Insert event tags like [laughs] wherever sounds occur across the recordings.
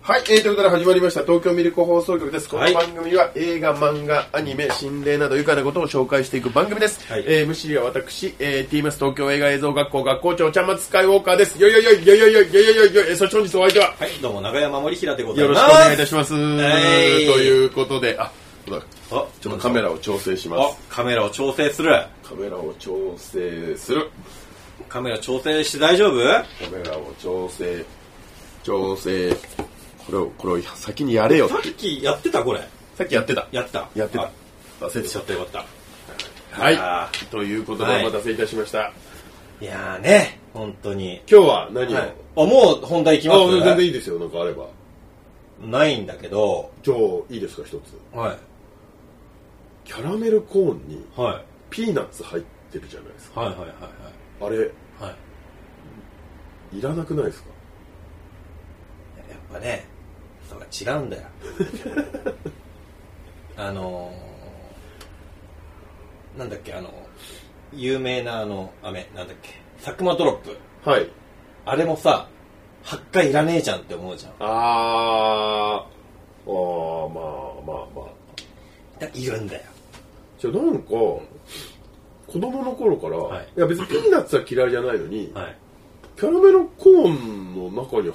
はい、えー、ということで始まりました東京ミルク放送局です。こはのい番組は映画、漫画、アニメ、心霊など愉快なことを紹介していく番組です。はいえー、むしりは私、えー、TMS 東京映画映像学校学校長、ちゃんまつスカイウォーカーです。よいよいよいよいよいよいよいよいよいよいよえーそして本日お相手は、はい、どうも、長山森平でございよろましす。くお願いいたします。いということで、あ、そうだあ、ちょっとカメラを調整しまあす。、カメラを調整する。カメラを調整する。カメラ調整して大丈夫カメラを調整、調整。これを、これを先にやれよさって。っきやってたこれ。さっきやってた。やってた。やってたあ。忘れてちたょっとよかった。はあい。ということで、おはい待たせいたしました。いやーね、本当に。今日は何を、はい、あ、もう本題行きますあ全然いいですよ、なんかあれば。ないんだけど、今日、いいですか、一つ。はキャラメルコーンにい。はい。ピーナッツ入ってるじゃないですか。はいはいはいあれ、はい。はい。いらなくないですかやっぱね、それが違う [laughs] んだよ。あのー、なんだっけ、あの、有名なあの、飴、なんだっけ、サクマドロップ。はい。あれもさ、8回いらねえじゃんって思うじゃん。あー、あー、まあまあまあ。だいるんだよ。じゃあなんか、子供の頃から、はいい、や別にピーナッツは嫌いじゃないのに、はい。キャラメルコーンの中に、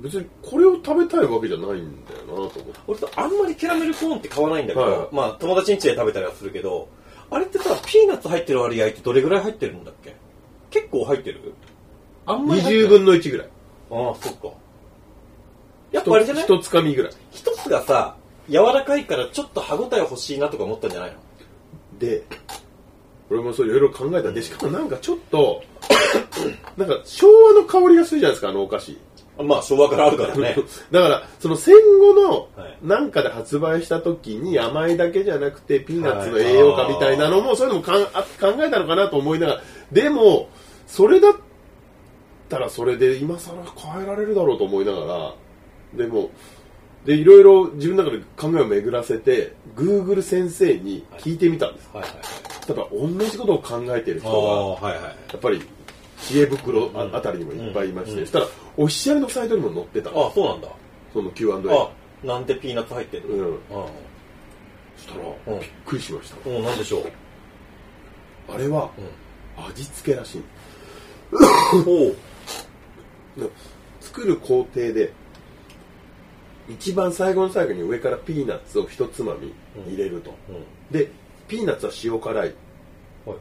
別にこれを食べたいわけじゃないんだよなと思って。俺さ、あんまりキャラメルコーンって買わないんだけど、はいまあ友達ん家で食べたりはするけど、あれってさ、ピーナッツ入ってる割合ってどれぐらい入ってるんだっけ結構入ってるあんまり入20って分の1ぐらい。ああ、そっか。やっぱあれじゃない一つかみぐらい。一つがさ、柔らかいからちょっと歯応え欲しいなとか思ったんじゃないので俺もそういろいろ考えたんでしかもなんかちょっと [coughs] なんか昭和の香りがするじゃないですかあのお菓子あまあ昭和からあるからね。 [laughs] だからその戦後のはいなんかで発売した時に甘いだけじゃなくてピーナッツの栄養価みたいなのも、そういうのもかんあ考えたのかなと思いながらでもそれだったらそれで今更変えられるだろうと思いながらでもでいろいろ自分の中で考えを巡らせて Google 先生に聞いてみたんですはいはいただ同じことを考えているあ人あ、がはいはい。やっぱり知恵袋ああたりにもいっぱいいまして、そしたらオフィシャルのサイトにも載ってたああ、そうなんだ。その Q&A あ、なんでピーナッツ入ってるうんああそしたら、うんびっくりしましうん、なんでしょう。たあれはうん。味付けらしいおうな作る工程で一番最後の最後に上からピーナッツを一つまみ入れると、うん。でピーナッツは塩辛いはい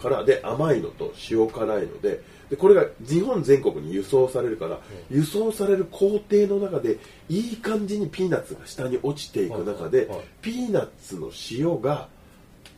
からで甘いのと塩辛いのででこれが日本全国に輸送されるから、輸送される工程の中でいい感じにピーナッツが下に落ちていく中で、はいはいはいピーナッツの塩が、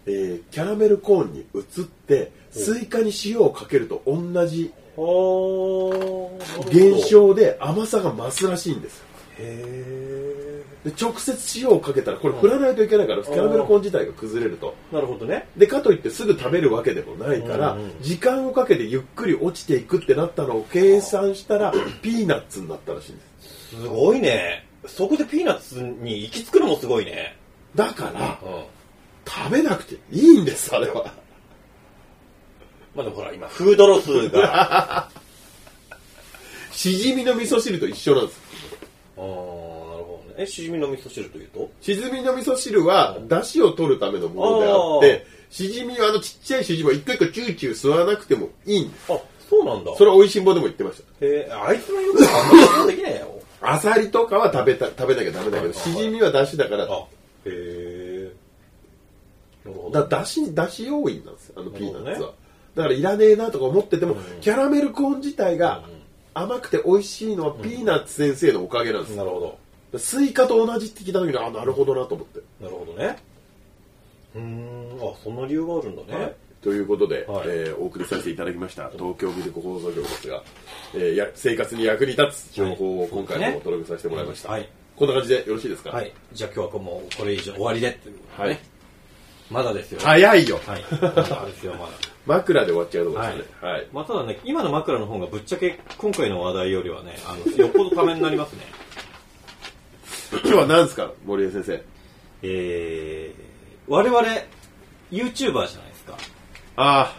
えーキャラメルコーンに移ってスイカに塩をかけると同じはい。ああ、現。象で甘さが増すらしいんですよへえ。で直接塩をかけたらこれ振らないといけないから、キャラメルコーン自体が崩れると。なるほどね。でかといってすぐ食べるわけでもないから、うんうん時間をかけてゆっくり落ちていくってなったのを計算したらピーナッツになったらしいんですすごいね。そこでピーナッツに行き着くのもすごいね。だからうん。食べなくていいんですあれはまあでもほら、今、フードロス [laughs] が。しじみの味噌汁と一緒なんですああ、なるほどね。え、しじみの味噌汁というとしじみの味噌汁は出汁を取るためのものであってしじみはあのちっちゃいしじみを一個一個チューチュー吸わなくてもいいんですあ、そうなんだ。それは美味しんぼでも言ってましたえー、あいつの言うことはあんまり想像できないよ。アサリとかは食べた食べなきゃダメだけどしじみは出汁だからあ、へえ。なるほど。だ出汁出汁要因なんですよあのピーナッツなるは、ほどねだからいらねえなとか思ってても、キャラメルコーン自体が甘くて美味しいのはピーナッツ先生のおかげなんです、なるほど。スイカと同じって聞いた時にあなるほどなと思って、なるほどね。うーん、あ、そんな理由があるんだね。ということで、はいえーお送りさせていただきました東京ミルク放送局ですが、えーや生活に役に立つ情報を今回もお届けさせてもらいました、はいこんな感じでよろしいですか、はい。じゃあ今日はもうこれ以上終わりでっていうことねはいまだですよ。い。早いよ、はい。まだですよ、まだ。枕で終わっちゃうとこですね、はいまあ、ただね、今の枕の方がぶっちゃけ今回の話題よりはね、あの、よっぽどためになりますね。今日は何ですか森江先生 [laughs] えー、我々、YouTuber じゃないですか。ああ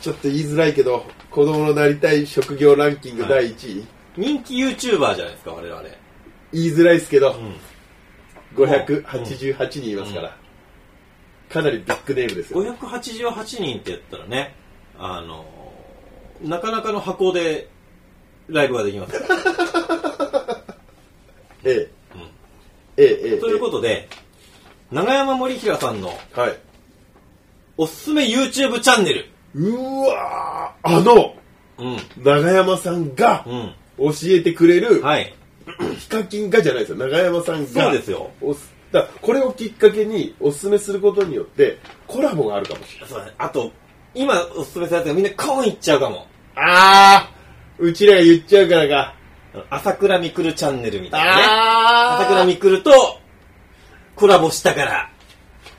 ちょっと言いづらいけど子供のなりたい職業ランキング第1位、人気 YouTuber じゃないですか、我々。言いづらいですけど、 588 588人いますから、かなりビッグネームですよ。 588人ってやったらね、あの、なかなかの箱でライブができます。 [laughs] ええ。ええ、ええ。ということで、長山森平さんのとはい。おすすめ YouTube チャンネル。うわーあの、うん。長山さんがうん。教えてくれる、はい。ヒカキンがじゃないですよ。長山さんが。そうですよおすだからこれをきっかけにおすすめすることによって、コラボがあるかもしれない。そうだねあと、今おすすめされたやつがみんなコーンいっちゃうかも。あーうちらが言っちゃうからか。朝倉みくるチャンネルみたいなね。朝倉あみくるとコラボしたから。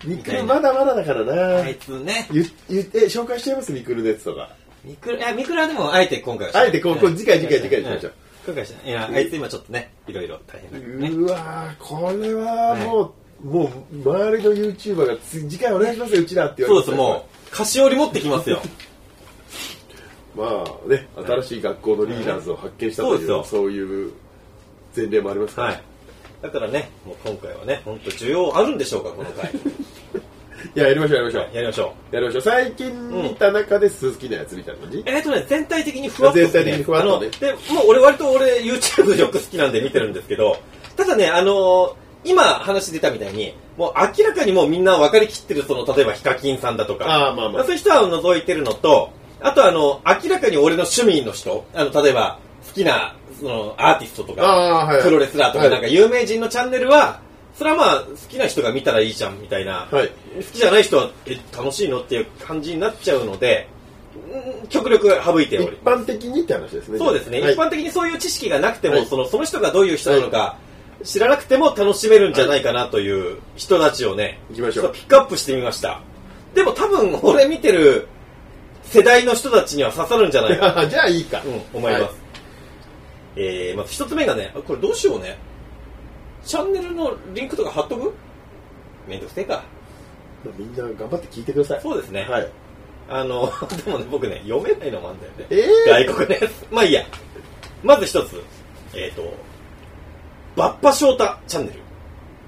ーみくるまだまだだからな。あいつね。言言って、紹介しちゃいますみくるのやつとか。みくる、いや、みくるはでもあえて今回はしないあえてこうこう次回次回次回んしましょう今回はしない。いや、あいつ今ちょっとね、いろいろ大変だからね。うわーこれはもう、もう、周りの YouTuber がつ次回お願いしますよ、うちらって言そうわれでてす、もう、菓子折り持ってきますよ。う。まあね、新しい学校のリーダーズを発見したそとうでいすよう、そういう前例もありますから。はい。だからね、もう今回はね、本当需要あるんでしょうか、この回。いや、やりましょう、やりましょう。やりましょやりましょう。最近見た中で好きなやつみたいな感じ、う。えっとね、全体的にふわっと、ね。全体的にふわっとねあので、もう俺割と俺 YouTube よく好きなんで見てるんですけど、ただね、あのー今話出たみたいに、もう明らかにもうみんな分かりきってる、その、例えばヒカキンさんだとか、ああ、まあまあそう。いう人は除いてるのと、あとあの、明らかに俺の趣味の人、あの、例えば、好きな、その、アーティストとか、ああ、はい。プロレスラーとはか、いなんか有名人のチャンネルは、それはまあ、好きな人が見たらいいじゃん、みたいな。はい。好きじゃない人は、え、楽しいのっていう感じになっちゃうので、うん極力省いており一。般的にって話ですね。そうですね、はい一般的にそういう知識がなくても、はいそのその人がどういう人なのか、知らなくても楽しめるんじゃないかなという人たちをね、行きましょうちっとピックアップしてみました。でも多分、俺見てる世代の人たちには刺さるんじゃないかな、じゃあいいか。うん、思います。はえー、まず一つ目がね、あこれどうしようね。チャンネルのリンクとか貼っとくめんどくせえか。まあみんな頑張って聞いてください。そうですね。はい。あの、 [laughs] でもね、僕ね、読めないのもあんだよね。 [laughs] え外国のやつ。 [laughs] まあいいや。まず一つ、えっ、と、バッパ翔太チャンネル。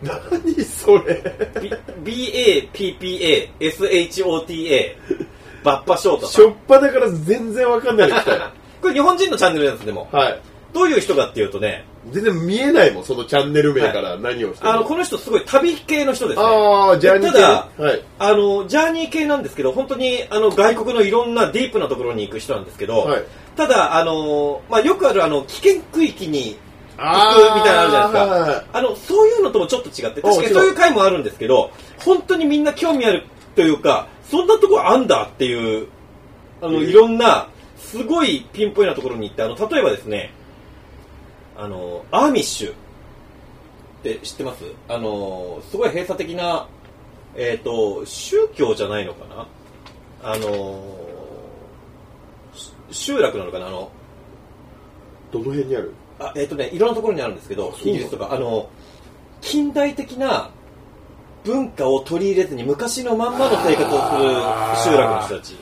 ー、何それ。 [laughs] B- BAPPASHOTA バッパ翔太しさん。ょっぱだから全然わかんないですねこれ日本人のチャンネルなんです、でも。はい。どういう人かっていうとね、全然見えないもん、そのチャンネル名から何をしてるあの、この人すごい旅系の人ですね。あー、ジャーニー系ただはい。あの、ジャーニー系なんですけど、本当に、あの、外国のいろんなディープなところに行く人なんですけど、はいただ、あの、まあ、よくある、あの、危険区域に行あくーみたいなのあるじゃないですか。はいはいあの、そういうのともちょっと違って、確かおに違うそういう回もあるんですけど、本当にみんな興味あるというか、そんなとこあんだっていう、あの、えーいろんな、すごいピンポイントなところに行って、あの、例えばですね、あの、アーミッシュって知ってますあの、すごい閉鎖的な、えっ、と、宗教じゃないのかなあの、し集落なのかなあの、どの辺にあるあえっ、とね、いろんなところにあるんですけど、そうなの近日とか、あの、近代的な文化を取り入れずに昔のまんまの生活をする集落の人たち、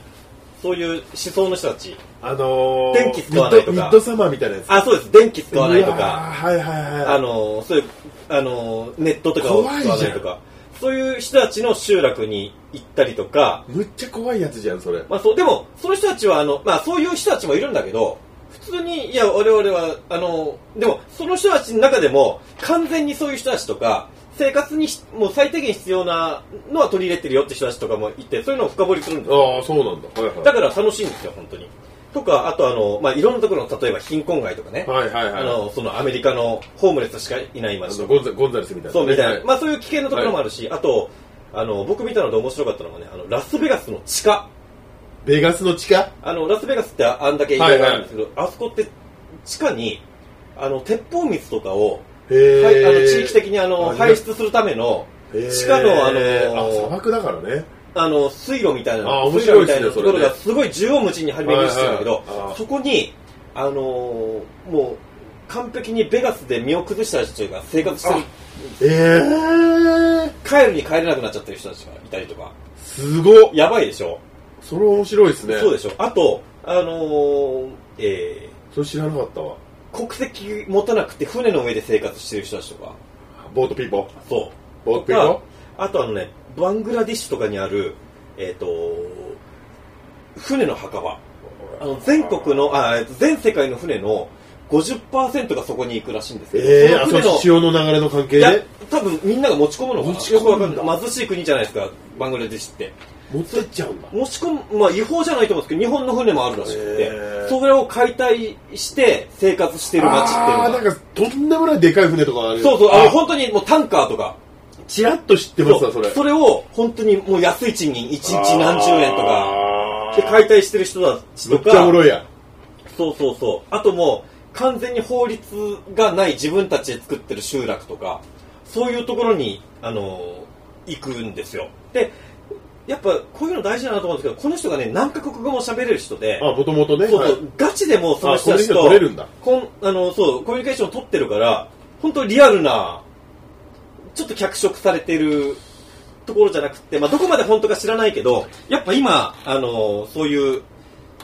そういう思想の人たち、あのー、電気使わないとかミッドミッドサマーみたいなやつ。あ、そうです、電気使わないとうわーか、はいはいはい。あの、そういう、あの、ネットとかを使わないとか、そういう人たちの集落に行ったりとか、むっちゃ怖いやつじゃん、それ。まあそう、でも、その人たちは、あの、まあそういう人たちもいるんだけど、普通に、いや、我々は、あの、でも、その人たちの中でも、完全にそういう人たちとか、生活にしもう最低限必要なのは取り入れてるよって人たちとかもいて、そういうのを深掘りするんですよああ、そうなんだ。はいはい。だから楽しいんですよ、本当に。とか、あとあの、まあいろんなところの、例えば貧困街とかね、はいはいはい。あの、そのアメリカのホームレスしかいないあ街とのかゴンザゴンザレスみたいな、そうみたいな、はいまあそういう危険なところもあるし、あと、あの、僕見たので面白かったのがね、あの、ラスベガスの地下。ベガスの地下あの、ラスベガスってあんだけいろいろあるんですけど、あそこって地下に、あの、鉄砲水とかを、へーはい、あの地域的にあのあ排出するための、へー地下のあのあ砂漠だからね。あの、水路みたいな、あー面水路白みいですたいねなところそれがねすごい縦横無尽に張り巡らしてるんだけどはいはいあ、ーそこに、あのーもう、完璧にベガスで身を崩した人たちが生活してる、えー、帰るに帰れなくなっちゃってる人たちがいたりとか、すごっやばいでしょ、それ面白いですね。そうでしょあと、あのーえーそれ知らなかったわ。国籍持たなくて船の上で生活してる人たちとかボートピーポー。そうボートピーポーとかあとあのねバングラディッシュとかにあるえっ、と船の墓場あの全国のあえーと全世界の船の50%がそこに行くらしいんですけど、ええあ、そそのう船の、潮の流れの関係いやで。多分みんなが持ち込むのかな持ち込むんだよくわかんない貧しい国じゃないですかバングラディッシュって持ってっちゃうんだ。持ち込むまあ違法じゃないと思うんですけど日本の船もあるらしくへてーそれを解体して生活してる街っていうああのー、がなんか、とんでもないでかい船とかあるよそうそうあのあ、本当にもうタンカーとかちらっと知ってますわ、それ。それを本当にもう安い賃金1日何十円とかあーで解体してる人たちめとっちゃおかもろいやん。そうそうそうあともう完全に法律がない自分たちで作ってる集落とかそういうところにあの行くんですよでやっぱこういうの大事だなと思うんですけどこの人がね何カ国語も喋れる人であ、もともとね。そうそう、はいガチでもうその人たちあとコミュニケーション取れるんだこんあのそうコミュニケーション取ってるから本当リアルなちょっと脚色されてるところじゃなくて、まあ、どこまで本当か知らないけどやっぱ今あのそういう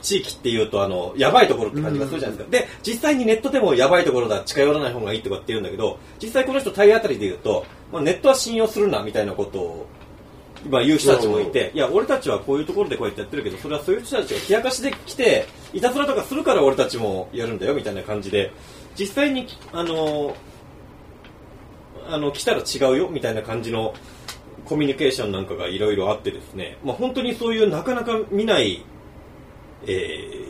地域っていうとあのやばいところって感じがするじゃないですか、で実際にネットでもやばいところだ近寄らない方がいいとかって言うんだけど実際この人タイあたりで言うと、まあ、ネットは信用するなみたいなことをまあ言う人たちもいて、いや、俺たちはこういうところでこうやってやってるけど、それはそういう人たちが冷やかしで来て、いたずらとかするから俺たちもやるんだよみたいな感じで、実際に、あの、あの来たら違うよみたいな感じのコミュニケーションなんかがいろいろあってですね、まあ、本当にそういうなかなか見ない、えー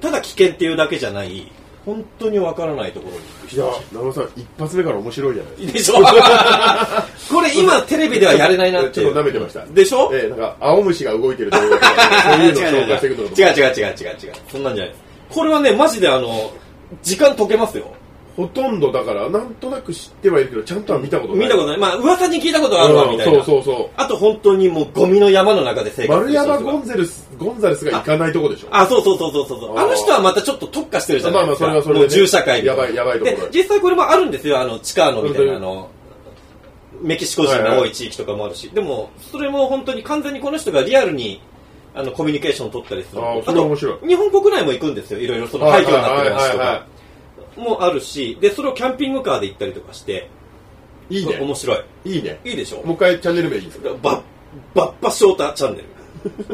ただ危険っていうだけじゃない、本当にわからないところに行くいや人たち。、長尾さん、一発目から面白いじゃないいい [laughs] でしょこれ今テレビではやれないなっていちょう。っと舐めてました。でしょええ、なんか、青虫が動いてるところとか、そう [laughs] 違いううのを紹介していくのかと違う違う違う違う違う違うそんなんじゃないですこれはねマジであの時間解けますよほとんどだから、なんとなく知ってはいるけど、ちゃんとは見たことない。見たことないまあ噂に聞いたことがあるわみたいなうんそうそうそあと本当にもうゴミの山の中で生う。活丸山人たちゴがンゼルス、ゴンザレスが行かないとこでしょ。あそうそうそうそうそうそうああーの人はまたちょっと特化してるじゃまなあいまであ、すそかれはそれで、もう銃社会みたやいなばい、やばいとこでろ。実際これもあるんですよあの地下のみたいなあのメキシコ人はいがは多いい地域とかもあるし、でもそれも本当に完全にこの人がリアルにあのコミュニケーションを取ったりするあーそれは面白いと日本国内も行くんですよいろいろその廃墟になってる話とはいはいはかもあるしでそれをキャンピングカーで行ったりとかしていいね。面白いいいね。いいでしょもう一回チャンネル名いいですかバッバッパショータチャンネ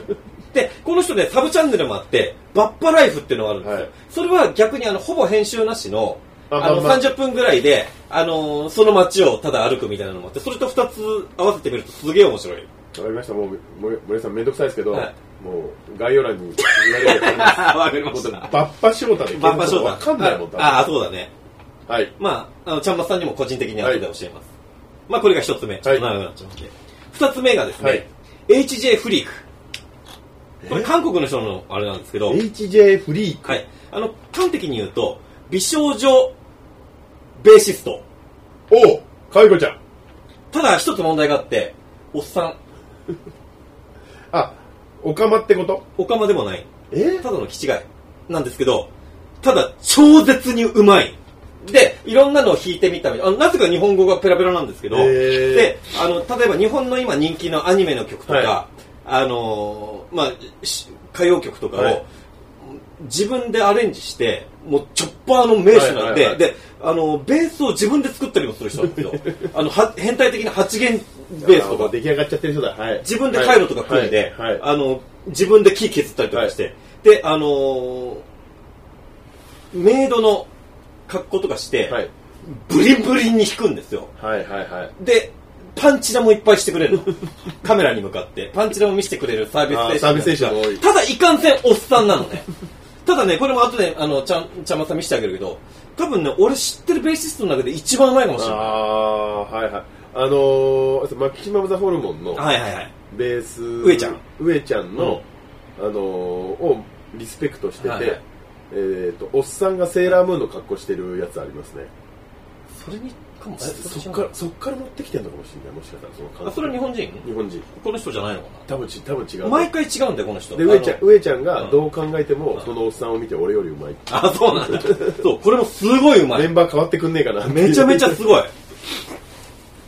ル [laughs] でこの人ねサブチャンネルもあってバッパライフっていうのがあるんですよ、はいそれは逆にあのほぼ編集なしのああのまあまあ30分ぐらいで、あのーその街をただ歩くみたいなのもあってそれと2つ合わせてみるとすげえ [laughs] 面白いわかりました。もう、もう森さんめんどくさいですけど、はいもう、概要欄に言われるわかりました [laughs] バッパショータでバッパショータわかんないもん、多分ああそうだねはい。まあ、あの、ちゃんまつさんにも個人的に後で教えます。まあ、これが一つ目。ちょっと長くなっちゃうんで。二、つ目がですね、はい HJ フリーク。これ韓国の人のあれなんですけど、 HJ フリーク。はい。あの、端的に言うと、美少女ベーシスト。おう、かわいこちゃん。ただ一つ問題があって、おっさん、あ、オカマってことおかまでもない、えただの気違いなんですけど、ただ超絶にうまい。で、いろんなのを弾いてみたみたいな。あのなぜか日本語がペラペラなんですけど、へーで、あの、例えば日本の今人気のアニメの曲とか、はあのーまあ、し歌謡曲とかを、はい自分でアレンジして、もうチョッパーの名手なんで、はいはいはいで、あの、ベースを自分で作ったりもする人なんですよ。 [laughs] あの、は変態的な8弦ベースとあもかう。出来上がっちゃってる人だ。はい。自分で回路とか組んで、はい。はいあの自分で木削ったりとかして、で、あのーメイドの格好とかして、はい。ブリンブリンに弾くんですよ。はいはいはい。で、パンチラもいっぱいしてくれる [laughs] の。カメラに向かって、パンチラも見せてくれるサービスステーションなんですがあーサービスステただ、いかんせんおっさんなのね。ただね、これも後で、あの、ちゃん、ちゃんまさん見せてあげるけど、多分ね、俺知ってるベーシストの中で一番うまいかもしれない。あー、はいはい。あのー、マキシマム・ザ・ホルモンのはいはいはい。ベース、上ちゃん。上ちゃんの、あのー、をリスペクトしてて、はいはいえっ、と、おっさんがセーラームーンの格好してるやつありますね。それに、かもしれない。そっから、そっから持ってきてるのかもしれない、もしかしたらその感あ、それは日本人日本人。この人じゃないのかな多分ち、多分違う。毎回違うんだよこの人で、上ちゃん、あ上ちゃんがんどう考えても、そのおっさんを見て俺よりうまい。のあそうなんだそうこれもすごいうまメいンバー変わってくんねえかなっていうめちゃめちゃすごい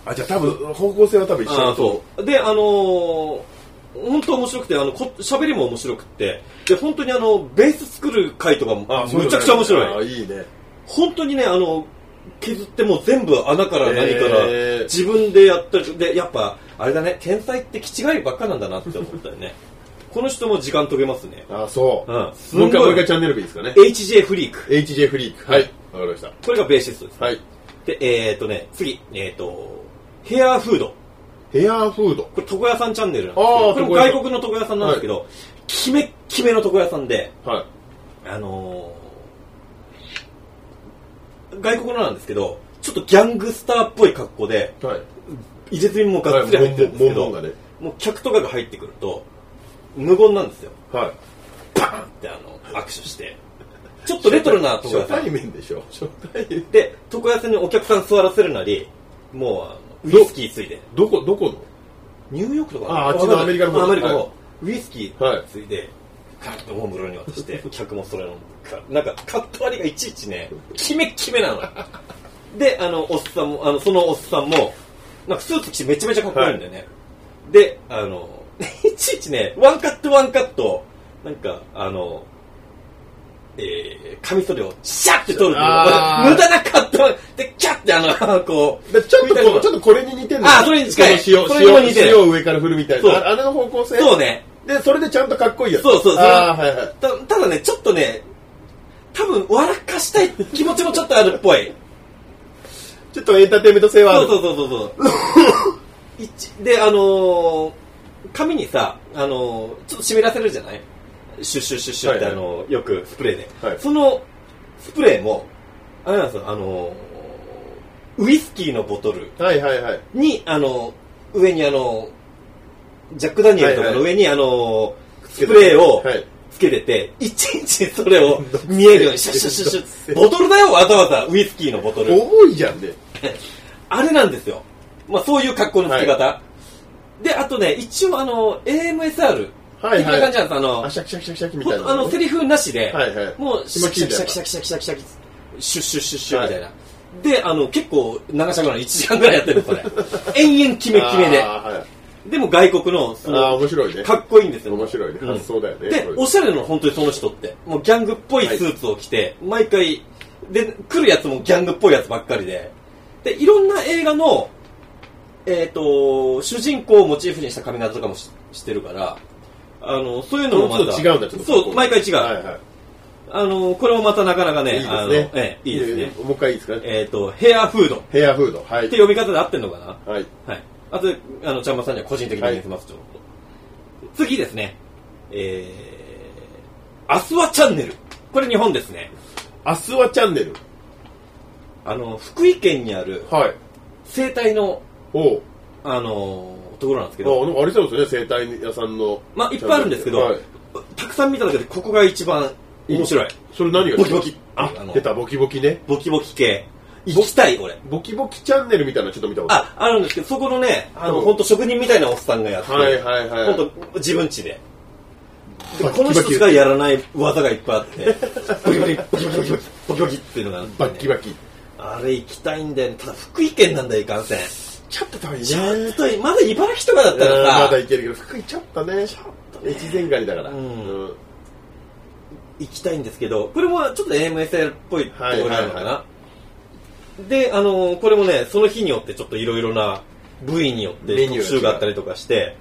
あ、じゃあ多分、方向性は多分一緒あだと思うそうであのー本当面白くて、あの、こ喋りも面白くって、で、本当にあの、ベース作る回とかも、むちゃくちゃ面白い。い。あいいね。本当にねあの削ってもう全部穴から何から、えー自分でやったりでやっぱあれだね天才って気違いばっかなんだなって思ったよねこの人も時間解けますねあ、そう。うんすんもうごい一回、もう一回チャンネル名ですかね。 HJ フリーク HJ フリーク。はい。わかりましこれがベーシストですた。はい。でえっ、ー、とね次えっ、ー、とヘアフードヘアフード。これ床屋さんチャンネルなんですけあーどこれも床屋さん外国の床屋さんなんですけど、キメッキメの床屋さんではい。あのー外国のなんですけどちょっとギャングスターっぽい格好ではい。いじずにもうがっつり入ってるんですモけンど、モンがね。もう客とかが入ってくると無言なんですよはい。バーンってあの握手してちょっとレトロな床屋初さ対ん面でしょ。初対面。で床屋さんにお客さん座らせるなりもうあのウイスキーついでどこ、どこニューヨークとかああっちのアメリカの方アメリカのはい方ウイスキはいーついでガッとおもむろに渡して客もそれ飲んでなんかカット割りがいちいちねキメッキメなのであのおっさんもあのそのおっさんもなんかスーツ着てめちゃめちゃかっこいいんだよね、であの [laughs] いちいちねワンカットワンカットなんかあのえー、髪袖をシャッて取るのあー [laughs] 無駄なカットでキャッてあのこうのちょっとこ拭いたりう、ちょっとこれに似てるのあそれに近いこのそれにも塩、似て塩、る塩を上から振るみたいそうな。ああれの方向性そうねで、それでちゃんとかっこいいやつ。そうそうそれああ、はいはい。たただね、ちょっとね、多分笑かしたい気持ちもちょっとあるっぽい。ちょっとエンターテインメント性はあそる。うそうそ [laughs] うそうそう。一で、あのー髪にさ、あのーちょっと湿らせるじゃないシュッシュッシュッシュッって、はいはいあのーよくスプレーで。はいそのスプレーも、あれなんですよ、あのーウイスキーのボトルはいはいはい。に、あのー上にあのージャック・ダニエルとかの上に、あのースプレーを、はい。つけてて、いちいちそれを見えるように、シュッシュッシュッシュッ。ボトルだよ、わざわざ、ウイスキーのボトル。重いじゃんね。あれなんですよ。まあ、そういう格好のつけ方。で、あとね、一応、あの、AMSR はいはい的な感じなんです。あのあ、、シャキシャキシャキシャキみほたいんな。あの、セリフなしで、はいはい。もう、シャキシャキシャキシャキシャキシャキシャキ、シュッシュッシュッシュッみたいな。で、あの、結構、長尺なの1時間ぐらいやっ [laughs] てるの、それ。延々キメキメで。あーはいでも、外国の、そあー、の、面白いね。かっこいいんですよ。面白いね。うん発想だよね。でこ、れおしゃれなの、本当にその人って。もうギャングっぽいスーツを着て、毎回、で、来るやつもギャングっぽいやつばっかりで。で、いろんな映画の、えっ、と、主人公をモチーフにした髪型とかもししてるから、あの、そういうのもまちょた。っと違うんだ、ちょっと。そう、毎回違う。はいはい。あの、これもまたなかなかね、いいですあの、ねえ。えいいですね。もう一回いいですかね。えっ、と、ヘアフードっヘアフード。はいて。呼び方で合ってんのかなはい。はい。あと、あの、ちゃんまさんには個人的に見せます、ちょっと。次ですね。えー、アスワチャンネル。これ日本ですね。アスワチャンネル。あの、福井県にあるはい。生態の、おう。あのーところなんですけあど、なんかありそうですね、生態屋さんの。まあ、いっぱいあるんですけど、はいたくさん見ただけで、ここが一番面白い。それ何がボキボキああ、の出た、ボキボキね。ボキボキ系。行きたい、俺。ボキボキチャンネルみたいなのちょっと見たことああ、あるんですけど、そこのね、あうの、んほんと職人みたいなおっさんがやってる。る、はいはいはい。ほんと自分家で。でバッキこバのキ人しかやらない技がいっぱいあって、ボキボキ、ボキボキ、ボキボキっていうのがあってねバッキバキ。あれ行きたいんだよね。ただ福井県なんだよ、いかんせん。ちょっと遠いね。ちゃんと、まだ茨城とかだっうんたらさ、まだいけるけど、福井ちょっとね。ちょっと越前ガニだから。うんうん行きたいんですけど、これもちょっと AMSL っぽいところなのかな。はいはいはで、あのーこれもね、その日によってちょっといろいろな部位によってメニューが違う。特集があったりとかして、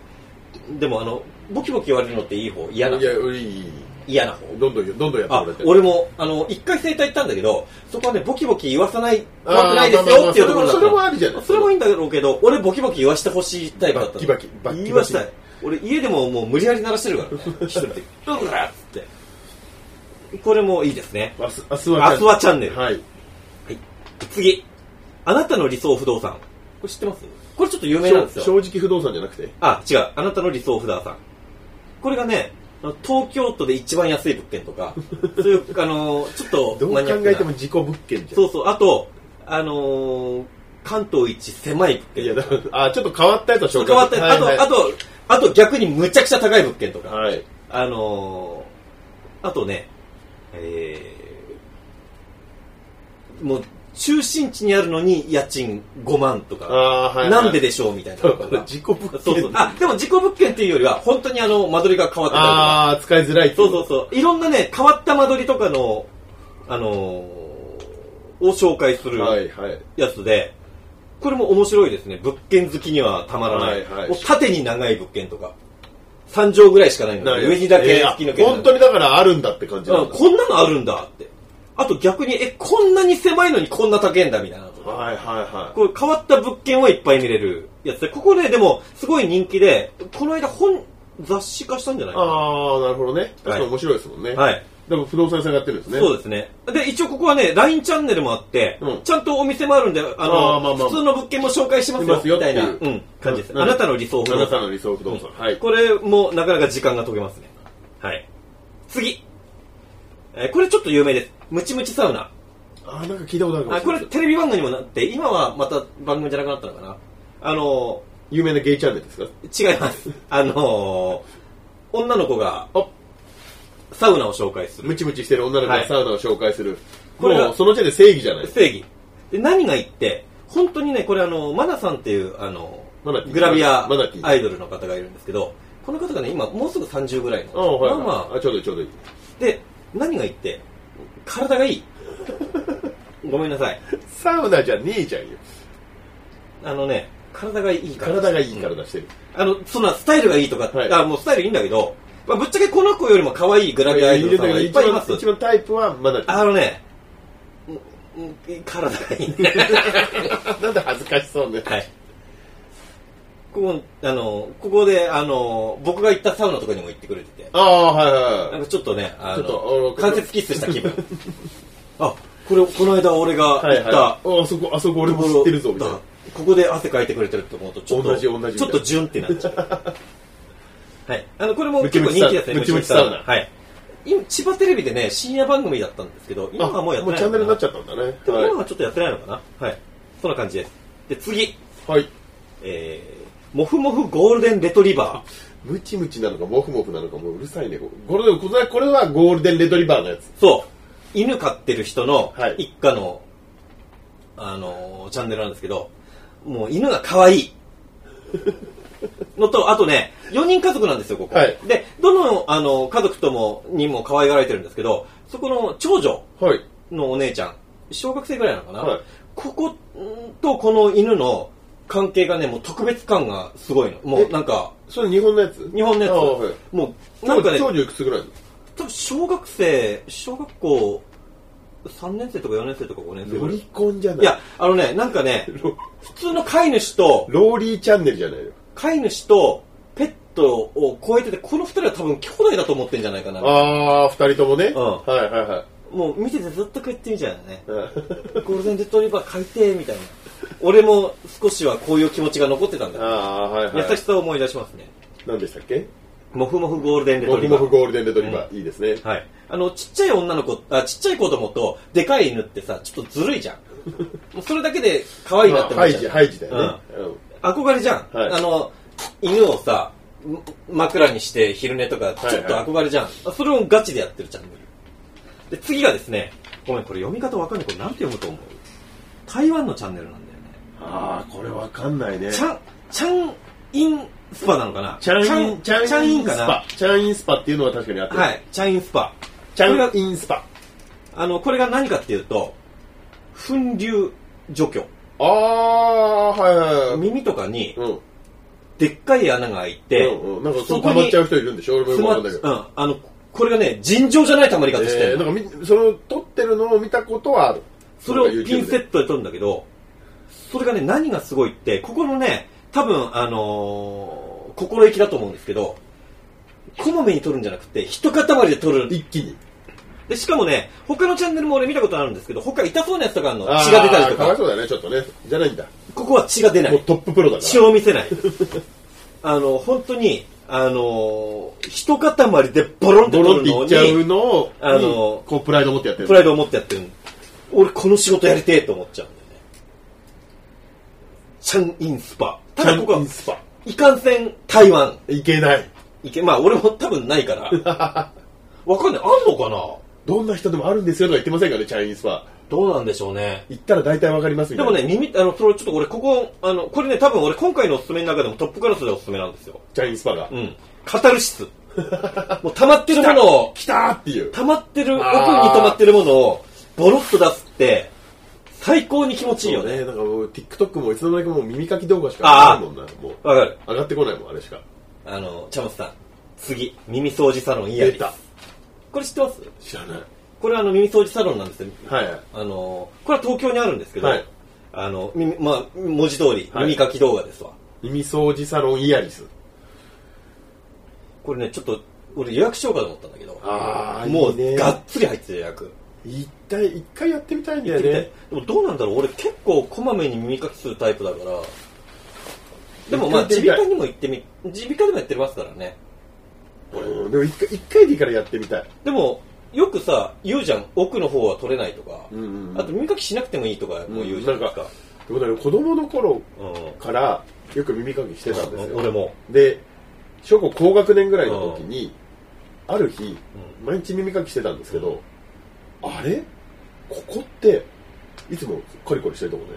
でもあの、ボキボキ言われるのっていい方嫌ないや、うい。嫌な方。どんどん、どんどんやってあもらって。俺もあの一回整体行ったんだけどそこはねボキボキ言わさないあー怖くないですまあまあまよあっていうところだったそれもそれもありじゃないそれもいいんだろうけど俺ボキボキ言わしてほしいタイプだったのバッキバキバッキバキ言わしたい俺家でももう無理やり鳴らしてるからね [laughs] 一人で「どうだ!」っつってこれもいいですねアスアスワアスワチャチンネャル、ンネル。はい。次あなたの理想不動産これ知ってますこれちょっと有名なんです正よ正直不動産じゃなくて。あ、違う。あなたの理想不動産。これがね、東京都で一番安い物件 [laughs] とか、そういう、あのーちょっとどうマ考ニアックな、えても自己物件じゃん。そうそう。あと、あのー関東一狭い物いや、件だからあ、ちょっと変わったやつはちょ紹っと変わった、はいはいあと、あと、あと逆にむちゃくちゃ高い物件とか、はい。あのーあとね、えーもう中心地にあるのに家賃5万とか、あーはいはいなんででしょうみたいなだのかがら自己物そうそ件うあでも事故物件っていうよりは本当にあの間取りが変わってたりとかああ使いづらいっていそうそうそういろんなね変わった間取りとかのあのーを紹介するはいはいやつでこれも面白いですね物件好きにはたまらない、はいはいもう縦に長い物件とか3畳ぐらいしかないので上にだけ突きえ抜けーてる本当にだからあるんだって感じなうんんだこんなのあるんだってあと逆にえこんなに狭いのにこんな高いんだみたいなのとかはいはいはいこう変わった物件をいっぱい見れるやつで、ここね、でも、すごい人気で、この間本、雑誌化したんじゃないかああなるほどね確かに面白いですもんね、なはい。でも不動産屋さんがやってるんですねそうですね。で、一応ここはね、LINE チャンネルもあって、うんちゃんとお店もあるんで、あの、あーまあまあ普通の物件も紹介しますよ、しますよみたいな、っう、ていうん感じです。うんあなたの理想不あ動なた産。の理想不動産、はいこれもなかなか時間が解けますね。はい。次。えーこれちょっと有名です。ムチムチサウナ。ああなんか聞いたことあるかもあしこれなれいテレビ番組にもなって、今はまた番組じゃなくなったのかな。あのー、有名なゲイチャンネルですか違います。あのー、女の子があサウナを紹介する。ムチムチしてる女の子がはいサウナを紹介する、これがもうその時点で正義じゃないですか正義。で、何が言って、本当にね、これあの、マナさんっていう、あのマナティ、ーグラビアマナティーアイドルの方がいるんですけど、この方がね、今もうすぐ30ぐらいああの。はい、まあまああ、ちょうどいいちょうどいいで、何が言って、体がい [laughs] い。ごめんなさい。サウナじゃねえじゃんよあのね、体がいいから。体がいい体してる、あの、そんなスタイルがいいとか、はいあもうスタイルいいんだけど、まあ、ぶっちゃけこの子よりも可愛いグラビアアイドルさんがいっぱいいます。一番タイプはマナティあのね、んん体がいいね。ーなんで恥ずかしそうねはい。ここ、あの、ここで、あの、僕が行ったサウナとかにも行ってくれてて、ああはいはいなはんいかちょっとね、あちょっとあのの、関節キスした気分。 [laughs] あ、これ、この間俺がはいは行っいた、ああそこあそこ俺も知ってるぞみたいなだここで汗かいてくれてると思うと、ちょっと、同じ同じみたいなちょっとジュンってなっちゃう。 [laughs] はい。あの、これもム結チム構チ人気ですサね、ウナムチムチサウナはい。今、千葉テレビでね、深夜番組だったんですけど、今あはもうやってないチャンのかネルなになっちゃったんだねでもはい今はちょっとやってないのかなはい。そんな感じです。で、次。はいえー、もふもふゴールデンレトリバー。ムチムチなのかモフモフなのかもううるさいねこれこれこれはゴールデンレトリバーのやつそう。犬飼ってる人のはい一家の、あのーチャンネルなんですけど、もう犬が可愛い。のと、あとね、4人家族なんですよ、ここ。はいで、どの、あの、家族とも、にも可愛がられてるんですけど、そこの長女はいのお姉ちゃん、小学生ぐらいなのかな、はいここんとこの犬の関係がね、もう特別感がすごいの。もうえなんか、それ日本のやつ日本のやつ、ああはいもうなんかね、長女いくつぐらい多分小学生、小学校3年生とか4年生とか5年生のロぐらい。リコンじゃないいや、あのね、なん [laughs] かね、ロ普通の飼い主と、ローリーチャンネルじゃないよ飼い主とペットを超えてて、この二人は多分兄弟だと思ってんじゃないかな。ああ二人ともね、んはいはいはもう見ててずっとこう言ってみちゃうよね。いはいゴールデンレトリバー飼いてーみたいな。俺も少しはこういう気持ちが残ってたんあだ。あはいは優いしさを思い出しますね。何でしたっけもふもふゴールデンレモトフリバモフー。ゴールデンレトリバー、いいですねはい。あの、ちっちゃい女の子、あ、ちっちゃい子供と、でかい犬ってさ、ちょっとずるいじゃん。 [laughs] もうそれだけで可愛いなって思ハっイちゃうジ。ハイジだよね、うん憧れじゃん、はいあの犬をさん枕にして昼寝とかいはいちょっと憧れじゃん、あそれをガチでやってるチャンネルで次がですねごめんこれ読み方わかんないこれなんて読むと思う台湾のチャンネルなんだよねああこれわかんないねチャンチャンインスパなのかなチャンインチャンチャンインスかパなチャンインスパっていうのは確かにあってる、はいチャンインスパチこれャがンインスパあのこれが何かっていうと粉流除去ああはいはいはい耳とかにうんでっかい穴が開いて、うんうん、なんかそそうこ溜まっにちゃう人いるんでしょ俺もよつくまわっかうんないけど。あのこれがね尋常じゃない溜まり方してえるー、なんかみその撮ってるのを見たことはあるそれをなんか YouTube ピンセでットで撮るんだけど、それがね、何がすごいって、ここのね、多分、あのー心意気だと思うんですけど、こまめに撮るんじゃなくて、一塊で撮る。一気にで、しかもね、他のチャンネルも俺見たことあるんですけど、他痛そうなやつとかあるの。血が出たりとあーかわいか、そうだねちょっとねじゃないんだここは血が出なもうい。トッププロだか血を見せない。あの、本当に、あのー一塊でボロらンってゴ撮ロンっるていのっちゃうに、のをあのにこうプライド持ってやってるプライドを持ってやってる。俺この仕事やりてえと思っちゃうんだよね。チャンインスパ。たチだここャンイはン、スパいかんせん台湾。いけないいけ、まあ俺も多分ないから。わかんない。あんのかなどんな人でもあるんですよとか言ってませんからねチャイニーズはどうなんでしょうね。行ったら大体わかりますみでたいもな。ね、耳、あの、それちょっと俺、ここ、あの、これね、多分俺、今回のおすすめの中でもトップクラスでおすすめなんですよ。チャイニースパが。うん。カタルシス。もう溜まってるものを、来たーっていう。溜まってる、奥に溜まってるものを、ボロッと出すって、最高に気持ちいいよね。そうなんかもう TikTok もいつの間にかもう耳かき動画しかあー上がらないもんな。もわかる。う上がってこないもん、あれしか。あの、チャモスさん。次、耳掃除サロンイヤ出リた。これ知ってます知らない。これあの、耳掃除サロンなんですよ。はいはい。あの、これは東京にあるんですけど、はいあの、耳まあ、文字通り、はい耳かき動画ですわ。耳掃除サロンイヤリス。これね、ちょっと、俺予約しようかと思ったんだけど、あーもういいねがっつり入ってる予約。一体、一回やってみたいんだやよってみたいね。でもどうなんだろう俺結構こまめに耳かきするタイプだからでもまあ一回でい耳い鼻か科にも行ってみ耳鼻科でもやってますからねうんでも一回、一回でいいからやってみたい。でもよくさ言うじゃん奥の方は取れないとか、うんうんうんあと耳かきしなくてもいいとかもう言うじゃないですか,、でもだから子供の頃うんからよく耳かきしてたんですよ。俺もで小学校高学年ぐらいの時にある日う毎日耳かきしてたんですけど、あれここっていつもコリコリしてるとこで、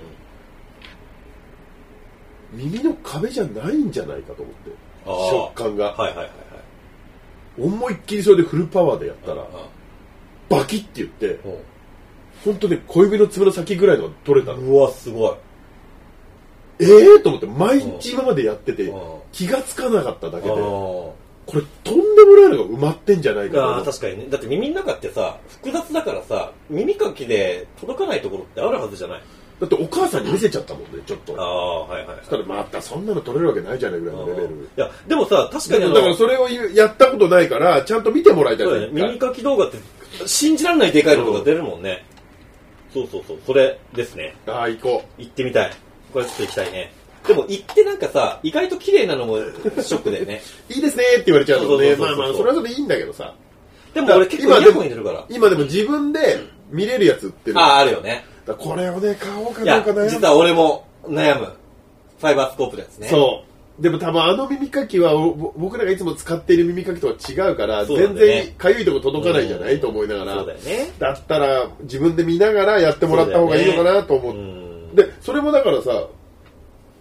耳の壁じゃないんじゃないかと思ってあー食感がはいはいはいはい思いっきりそれでフルパワーでやったらバキって言ってうん本当に小指の爪の先ぐらいのが取れたのうわすごいええー、と思って毎日今までやっててうん気がつかなかっただけであこーれとんでもないのが埋まってんじゃないかとあ思ーって確かにねだって耳の中ってさ複雑だからさ耳かきで届かないところってあるはずじゃないだってお母さんに見せちゃったもんねちょっとああはいはい、はいそしたらまたそんなの取れるわけないじゃないぐらいのレベうんいルやでもさ確かにあだのからそれを言うやったことないからちゃんと見てもらいたいそうじゃだなよいねです耳かき動画って信じられないでかいのとか出るもんね、そうそうそうそれですねかああ行こ行ってみたいこれちょっと行きたいねでも行ってなんかさ意外と綺麗なのもショックだ [laughs] よねういいですねって言われちゃうのねそまうそうそうそうあまあそれはそれでいいんだけどさでも俺結構今嫌でなも子に出るから今でも自分で見れるやつ売ってるあああるよねだからこれをね買おうかどいうやか悩む実は俺も悩むファイバースコープのやつねそうでも多分あの耳かきはおぼ僕らがいつも使っている耳かきとは違うからそうだね全然かゆいとこ届かないじゃないと思いながそらうだよねだったら自分で見ながらやってもらった方がいいのかなと思うってんでそれもだからさ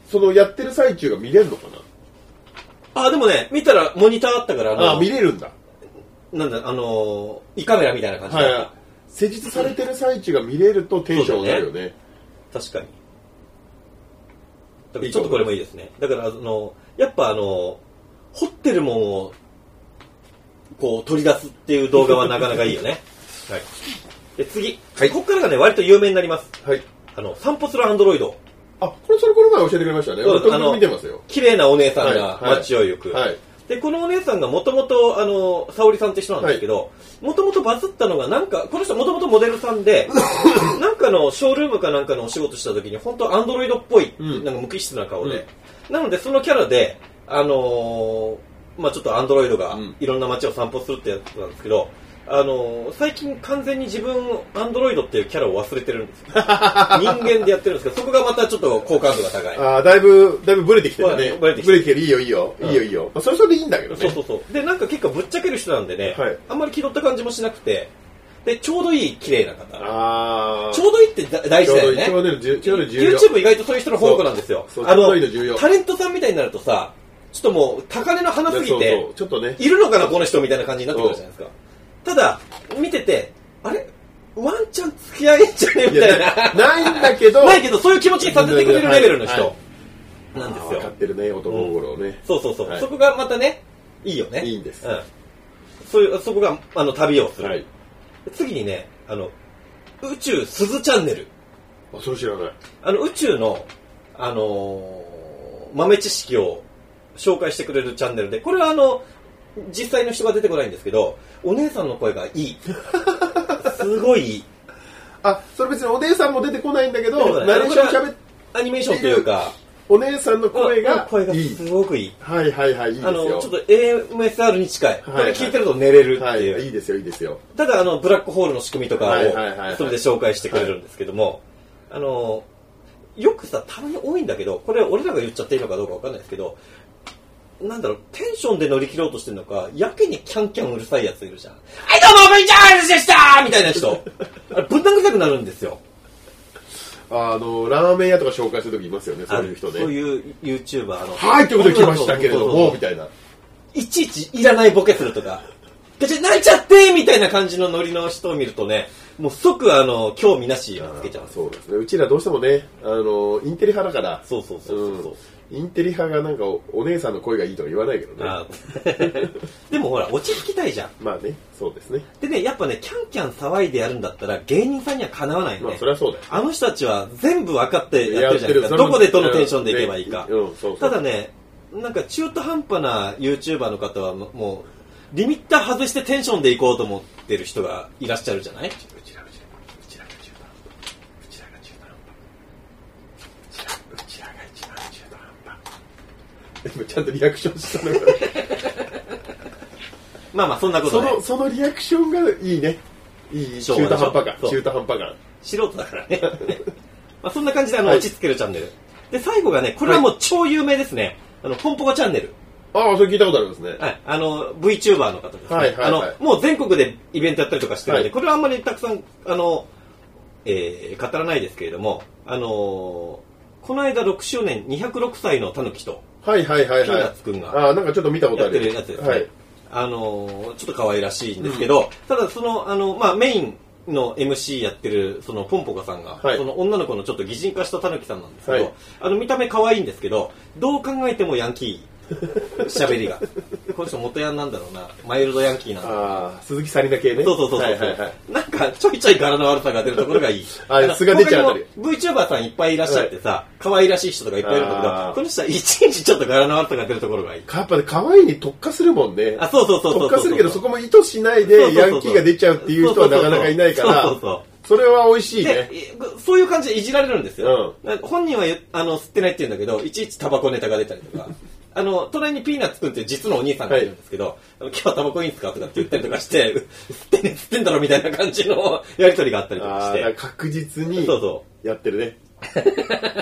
そのやってる最中が見れるのかあでもね見たらモニターあったからあなあの見れるんだなんだあのー胃カメラみたいな感じはいだはっい、た施術されてる最中が見れるとテンション上がるよね確かにだからちょっとこれもいいですねだからあのやっぱあの掘ってるもんをこう取り出すっていう動画はなかなかいい [laughs] よねはいで次、はいここからがね割と有名になりますはいあの散歩するアンドロイドあこれそれこの前教えてくれましたねそう俺ですと見てますよ綺麗なお姉さんはがいはい街を行く、はいでこのお姉さんがもともとあの沙織さんって人なんですけどもともとバズったのがなんかこの人もともとモデルさ [laughs] んでなんかのショールームかなんかのお仕事した時に本当アンドロイドっぽい、うんなんか無機質な顔で、なのでそのキャラであのーまあちょっとアンドロイドがうんいろんな街を散歩するってやつなんですけど、あのー最近完全に自分アンドロイドっていうキャラを忘れてる [laughs] んですよ人間でやってるんですけどそこがまたちょっと好感度が高いあーだいぶだいぶブレてきてるねはいブレてきブてレてきてるいいよいいよ、いいよいいよ、まあ、それはそれでいいんだけどねそうそうそう。で、なんか結構ぶっちゃける人なんでね、はいあんまり気取った感じもしなくて、で、ちょうどいい綺麗な方。ああちょうどいいってだ大ち事ょうどいだよいねち。ょうどいいちょうどいい重要 YouTube 意外とそういう人の宝庫なんですよ。そうそうあちょうのどいいの重要タレントさんみたいになるとさ、ちょっともう高値の花すぎそうてそう、ちょっとねいるのかな、この人みたいな感じになってくるじゃないですか。ただ、見てて、あれワンチャン付き合えんじゃねみいやたいな。ないんだけど [laughs] ないけど、そういう気持ちにさせてくれるレベルのは人なんです分よかっ。てるね男心をね、そうそうそう、はいそこがまたね、いいよね。いいんですうん。そういう、そこが、あの、旅をする。はい次にね、あの、宇宙鈴チャンネル。あそれ知らないあの、宇宙の、あのー豆知識を紹介してくれるチャンネルで、これはあの、実際の人が出てこないんですけど、お姉さんの声がい [laughs] い。すごいいい。あそれ別にお姉さんも出てこないんだけ出てこどないナレーション喋ってアニメーションというか、お姉さんの [laughs] 声が声がいすいごくいい。はいはいはいいいですあの、よちょっと AMSR に近い。こはいれ聞いてると寝れるってはいいう。いいですよいいですよただあのブラックホールの仕組みとかはいはいはいはをいそれで紹介してくれるんですけども、あのよくさたまに多いんだけどこれ俺らが言っちゃっていいのかどうかわかんないですけどなんだろうテンションで乗り切ろうとしてるのかやけにキャンキャンうるさいやついるじゃん「はいどうもビジャールでしたみたいな人。あれぶん殴りたくなるんですよ。あの、ラーメン屋とか紹介するときいますよね、そういう人ね。そういう YouTuber の。はい、ということで来ましたけれどそうそうそうも、みたいな。いちいちいらないボケするとか、ガチャ泣いちゃってみたいな感じのノリの人を見るとね、もう即あの、興味なしをつけちゃうんですよ。そうですね。うちらどうしてもね、あの、インテリ派だから、そうそうそうそうそう。うんインテリ派がなんかおお姉さんの声がいいとか言わないけどね。あ [laughs] でもほら、落ち着きたいじゃん。まあね、そうですね。でね、やっぱね、キャンキャン騒いでやるんだったら、芸人さんにはかなわないよね。まあ、それはそうだよ。あの人たちは全部分かってやってるじゃないですか。やどってこるでどのテンションでいけばいいか。うんうんそうそうただね、なんか中途半端な YouTuber の方はもうもう、リミッター外してテンションでいこうと思ってる人がいらっしゃるじゃないうちらが中うちらが中途半端。うちらが中途半端。うちらが一番中途半端。でもちゃんとリアクションしたのが。まあまあそんなことそないの、。そのリアクションがいいね。いい、昭中和で途しょ半端感。中そう途半端感。素人だ [laughs] からね。まあそんな感じであの、はい落ち着けるチャンネル。で、最後がね、これはもう超有名ですね。あの、ポンポコチャンネル。ああ、それ聞いたことあるんですね。はい。あの、VTuber の方です、ね。はいはいはいあの、もう全国でイベントやったりとかしてるんで、はいこれはあんまりたくさん、あの、えー語らないですけれども、あのーこの間6周年、206歳のたぬきとはいはいはいはい。ピーナッツくんがああ、なんかちょっと見たことやあってる。るやつですね。はい。あのーちょっと可愛らしいんですけど、ただその、あの、まあ、メイン、の MC やってるそのポンポコさんが、はいその女の子のちょっと擬人化したたぬきさんなんですけど、はいあの見た目可愛いんですけどどう考えてもヤンキ [laughs] ー喋りがこの人元ヤンなんだろうなマイルドヤンキーなんだろうなああ、鈴木紗理奈系ね。そうそうそうそう、はいはいはい。なんかちょいちょい柄の悪さが出るところがいいあ素が出ちゃうあたり他にも VTuber さんいっぱいいらっしゃってさ、可愛らしい人とかいっぱいいるんだけあどーこの人はいちいちちょっと柄の悪さが出るところがいいやっぱね可愛いに特化するもんね。あそうそうそうそうそう特化するけど、そこも意図しないそうそうでそうヤそうンキーが出ちゃうっていう人はなかなかいないから、そうそうそうそれは美味しいでね。いそういう感じでいじられるんですよ、なんか本人はゆあの吸ってないって言うんだけどいちいちタバコネタが出たり [laughs] とかあの隣にピーナッツくんっていう実のお兄さんがいるんですけど、あの今日はタバコいいんですかとかって言ったりとかして [laughs] う吸ってね吸ってんだろみたいな感じの [laughs] やりとりがあったりとかあしあ、だからて確実にそうそやってるね。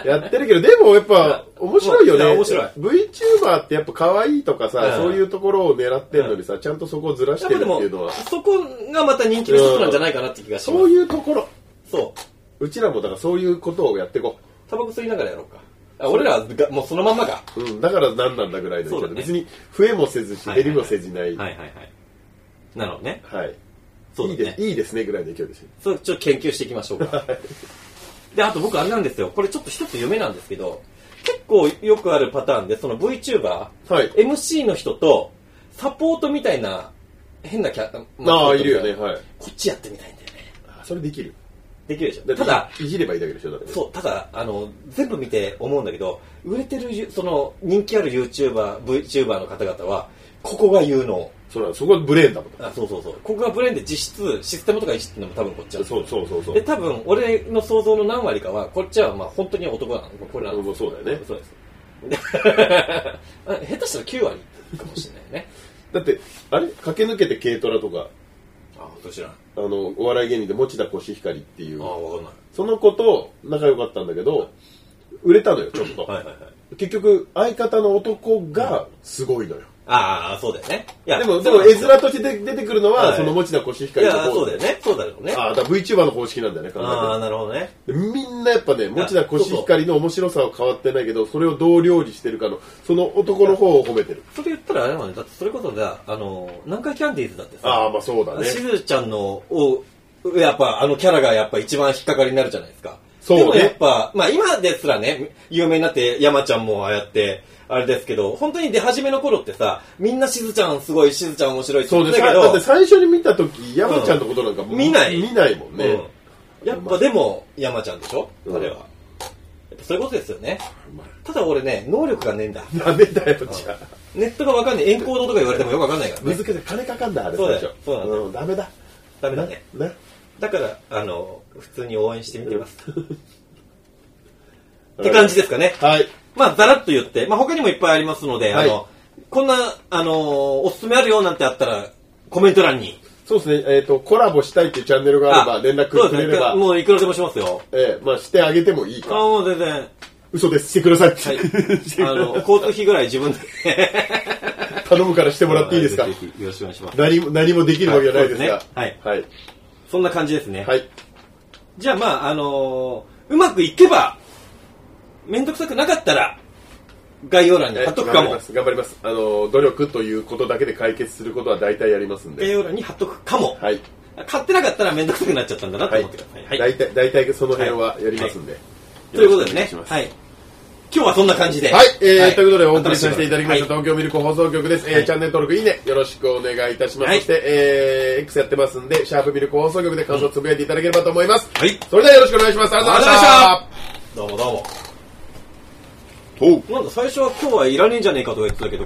やってるけど、でもやっぱ面白いよね。うん面白い VTuber ってやっぱ可愛いとかさ、うんそういうところを狙ってんのにさ、ちゃんとそこをずらしやってぱるってでもいうのは、そこがまた人気の一つなんじゃないかなって気がします、そういうところ。そううちらもだからそういうことをやっていこう。タバコ吸いながらやろうかあ俺らはがもうそのまんまかうん、だから何なんだぐらいの、そうだね別に増えもせずしはいはい減りもせずない、はいいはいはいなるほどねそういだいねでいいですねぐらいの勢いですよそれちょっと研究していきましょうか。 [laughs] で、あと僕あれなんですよ。これちょっと一つ夢なんですけど、結構よくあるパターンで、その VTuber、はい MC の人と、サポートみたいな、変なキャラ、ああいるよね。はいこっちやってみたいんだよね。あそれできるできるでしだょ。ってただ、いいじればいいだけでしょだってそう、ただ、あの、全部見て思うんだけど、売れてるゆ、その、人気ある YouTuber、VTuber の方々は、ここが有能。そうなんそこはブレーンだもんあ、そうそうそう。ここがブレーンで実質、システムとかいじってんのも多分こっちなんですよそうそうそうそでう多分俺の想像の何割かはこっちはまあ本当に男なのこれなうんのそうだよねそうです [laughs] であ下手したら9割かもしれないよねだってあれ駆け抜けて軽トラとかあそう知らんああのお笑い芸人で持田コシヒカリっていう分かんないその子と仲良かったんだけど売れたのよちょっと、はいはいはい結局相方の男がすごいのよ、ああそうだよねいやでもでそうもなん絵すよ面として出てくるのは、はいその持田コシヒカいリのや方そうだよねそうだよねあああ、だから VTuber の方式なんだよね、考あーなるほどねえてみんなやっぱね、持田コシヒカリの面白さは変わってないけど、それをどう料理してるかの、その男の方を褒めてる。それ言ったらあれだもんねだってそれこそじゃああの南海キャンディーズだってあさあ、まあそうだね。しずちゃんのをやっぱあのキャラがやっぱ一番引っかかりになるじゃないですかそうねでもやっぱまあ今ですらね有名になって山ちゃんもああやってあれですけど本当に出始めの頃ってさみんなしずちゃんすごいしずちゃん面白いってそうっでてすたけだっどて最初に見た時、山ちゃんのことなんかもう見ない見ないもんね。うんやっぱでも山ちゃんでしょうん彼はやっぱそういうことですよねうまいただ俺ね能力がねえんだダメだよ、じゃあ。ネットがわかんねえエンコードとか言われてもよくわかんないから難ねしい。金かかんだ、あれそう最だ初よ。そうなんだよん、ダメだ。ダメだねな。なだからあの普通に応援してみてますって感じですかねはい。まあ、ざらっと言って、まあ、他にもいっぱいありますので、はいあの、こんな、あのーおすすめあるよなんてあったら、コメント欄に。そうですね、えっと、コラボしたいっていうチャンネルがあれば、連絡くれればそうですね、もういくらでもしますよ。ええ、まあしてあげてもいいあか。もう [laughs] 全然。はい。嘘です、してください。あの、交通費ぐらい自分で。頼むからして [laughs] もらっていいですかぜひぜひよろしくお願いします。何も何もできるわけじゃないですがはいそうですねはいそんな感じですね。はいじゃあまあ、あのーうまくいけば、めんどくさくなかったら、概要欄に貼っとくか頑張りもま。す頑張りますあの努力ということだけで解決することは大体やりますん概で要欄に貼っとくかも。はい買ってなかったらめんどくさくなっちゃったんだなとはい思ってください。はい。大体大体その辺はやりますんでということでよねろしくお願いしま、すはい。今日はそんな感じで。はい、えーということでお送りさせていただきました、は東京ミルク放送局です、えーはいチャンネル登録いいねよろしくお願いいたします、はいそして、えー X やってますんでシャープミルク放送局で感想をつぶやいていただければと思います、はい。それではよろしくお願いしますありがとうございましたどうもどうも。とうなんか最初は今日はいらねえんじゃねえかとか言ってたけど、